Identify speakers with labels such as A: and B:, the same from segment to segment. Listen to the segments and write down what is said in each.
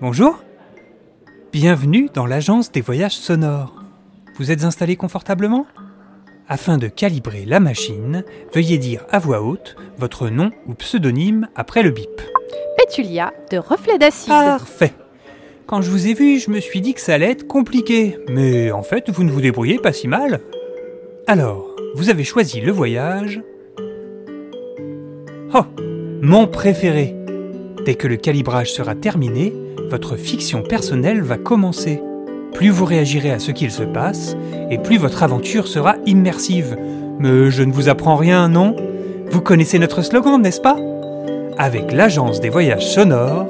A: Bonjour Bienvenue dans l'agence des voyages sonores. Vous êtes installé confortablement Afin de calibrer la machine, veuillez dire à voix haute votre nom ou pseudonyme après le bip.
B: Pétulia de Reflet d'Acide.
A: Parfait Quand je vous ai vu, je me suis dit que ça allait être compliqué, mais en fait, vous ne vous débrouillez pas si mal. Alors, vous avez choisi le voyage. Oh Mon préféré Dès que le calibrage sera terminé, votre fiction personnelle va commencer. Plus vous réagirez à ce qu'il se passe, et plus votre aventure sera immersive. Mais je ne vous apprends rien, non Vous connaissez notre slogan, n'est-ce pas Avec l'agence des voyages sonores,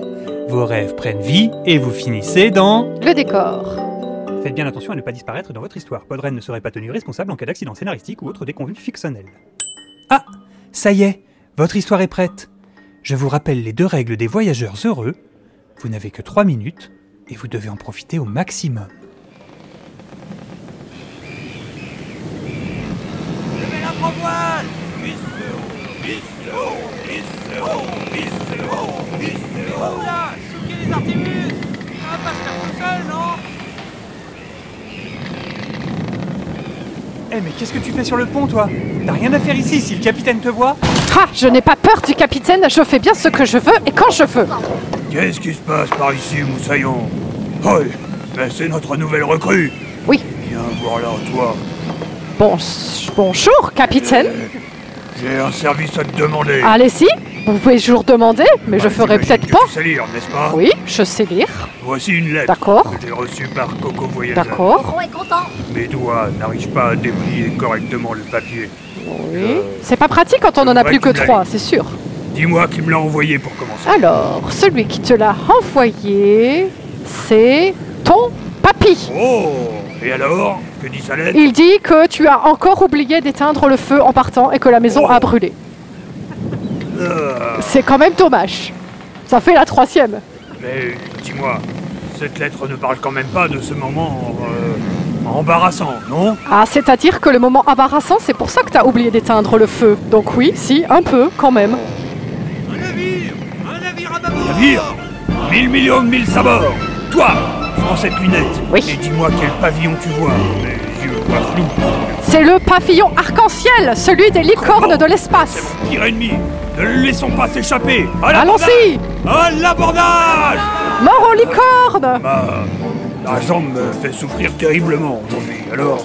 A: vos rêves prennent vie et vous finissez dans...
B: Le décor.
A: Faites bien attention à ne pas disparaître dans votre histoire. Podren ne serait pas tenu responsable en cas d'accident scénaristique ou autre déconvenue fictionnelle. Ah Ça y est Votre histoire est prête Je vous rappelle les deux règles des voyageurs heureux. Vous n'avez que 3 minutes et vous devez en profiter au maximum.
C: Oula, choquer les artimus On va pas se faire tout seul, non
A: Eh mais qu'est-ce que tu fais sur le pont toi T'as rien à faire ici si le capitaine te voit
B: Ah, je n'ai pas peur du capitaine, je fais bien ce que je veux et quand je veux.
D: Qu'est-ce qui se passe par ici, Moussaillon Oh, mais c'est notre nouvelle recrue
B: Oui.
D: Viens voir là, toi.
B: Bon, s- bonjour,
D: Euh,
B: capitaine.
D: J'ai un service à te demander.
B: Allez-y, vous pouvez toujours demander, mais je
D: Bah,
B: ferai
D: j'imagine
B: peut-être
D: que
B: pas.
D: Tu sais lire, n'est-ce pas
B: Oui, je sais lire.
D: Voici une lettre.
B: D'accord.
D: Que j'ai reçue par Coco Voyageur.
B: D'accord.
D: Mes doigts n'arrivent pas à déplier correctement le papier.
B: Oui. C'est pas pratique quand on en a
D: Ouais,
B: plus que
D: tu l'as
B: trois, c'est sûr.
D: Dis-moi qui me l'a envoyé pour commencer.
B: Alors, celui qui te l'a envoyé, c'est ton papy.
D: Oh Et alors Que dit sa lettre
B: Il dit que tu as encore oublié d'éteindre le feu en partant et que la maison
D: Oh.
B: a brûlé.
D: Ah,
B: C'est quand même dommage. Ça fait la troisième.
D: Mais dis-moi, cette lettre ne parle quand même pas de ce moment euh, embarrassant, non
B: Ah, c'est-à-dire que le moment embarrassant, c'est pour ça que t'as oublié d'éteindre le feu. Donc oui, si, un peu, quand même.
C: Un navire Un navire à bâbord
D: Navire 1000 millions de mille sabords Toi Prends cette lunette
B: Oui.
D: Et dis-moi quel pavillon tu vois Mes yeux voient flou
B: C'est le pavillon arc-en-ciel, celui des licornes de
D: C'est
B: l'espace.
D: mon pire ennemi Ne le laissons pas s'échapper À l'abordage
B: Allons-y
D: À l'abordage
B: Mort aux licornes
D: Ma... La jambe me fait souffrir terriblement aujourd'hui, alors...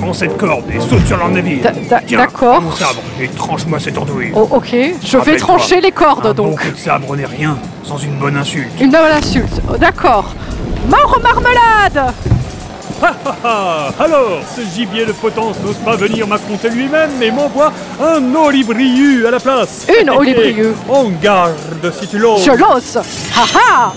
D: Prends cette corde et saute sur leur navire
B: D- d-
D: Tiens,
B: d'accord.
D: mon sabre et tranche-moi cette andouille
B: Oh, ok, je vais
D: Rappelle-toi,
B: trancher les
D: Un
E: Ah
B: cordes,
D: bon
B: Ah bah donc.
D: coup de sabre n'est rien sans une bonne insulte
B: Une nouvelle insulte, Oh, d'accord. Mort aux marmelades
E: Ah, alors, ce gibier de potence n'ose pas venir m'affronter lui-même, mais m'envoie un olibriu à la place.
B: Une olibriu.
E: On garde, si tu l'oses.
B: Je l'ose Haha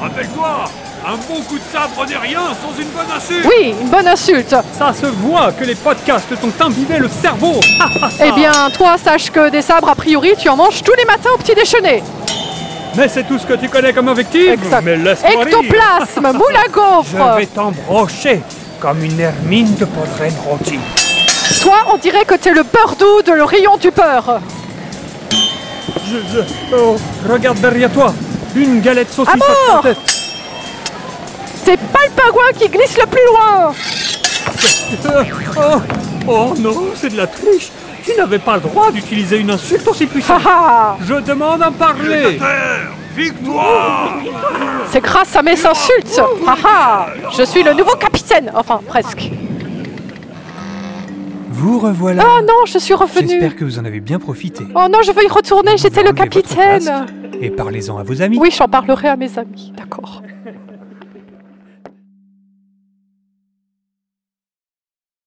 D: Rappelle-toi Un bon coup de sabre n'est rien sans une bonne insulte
B: Oui, une bonne insulte.
E: Ça se voit que les podcasts t'ont imbibé le cerveau. Ah, ah,
B: Eh
E: ah.
B: bien, toi, sache que des sabres, a priori, tu en manges tous les matins au petit déjeuner.
E: Mais c'est tout ce que tu connais comme invective.
B: Exact.
E: Eh ben, Mais laisse-moi rire.
B: Ectoplasme, moule à gaufre.
A: Je vais t'embrocher comme une hermine de Podren rôtie.
B: Toi, on dirait que t'es le beurre doux de le rayon du beurre.
E: Je, je- oh, regarde derrière toi. Une galette saucisse
B: À
E: à
B: bord
E: ta tête.
B: C'est pas le pingouin qui glisse le plus loin.
E: Euh, oh, oh non, c'est de la triche. Tu n'avais pas le droit d'utiliser une insulte aussi puissante.
B: Haha,
E: Je demande à parler.
D: Victoire
B: c'est grâce à mes insultes. Haha, je suis le nouveau capitaine. Enfin, presque.
A: Vous revoilà.
B: Ah non, je suis
A: J'espère
B: revenu.
A: que vous en avez bien profité.
B: Oh non, je veux y retourner. J'étais le
A: Enlevez votre
B: capitaine.
A: casque Et parlez-en à vos amis.
B: Oui, j'en parlerai à mes amis. D'accord.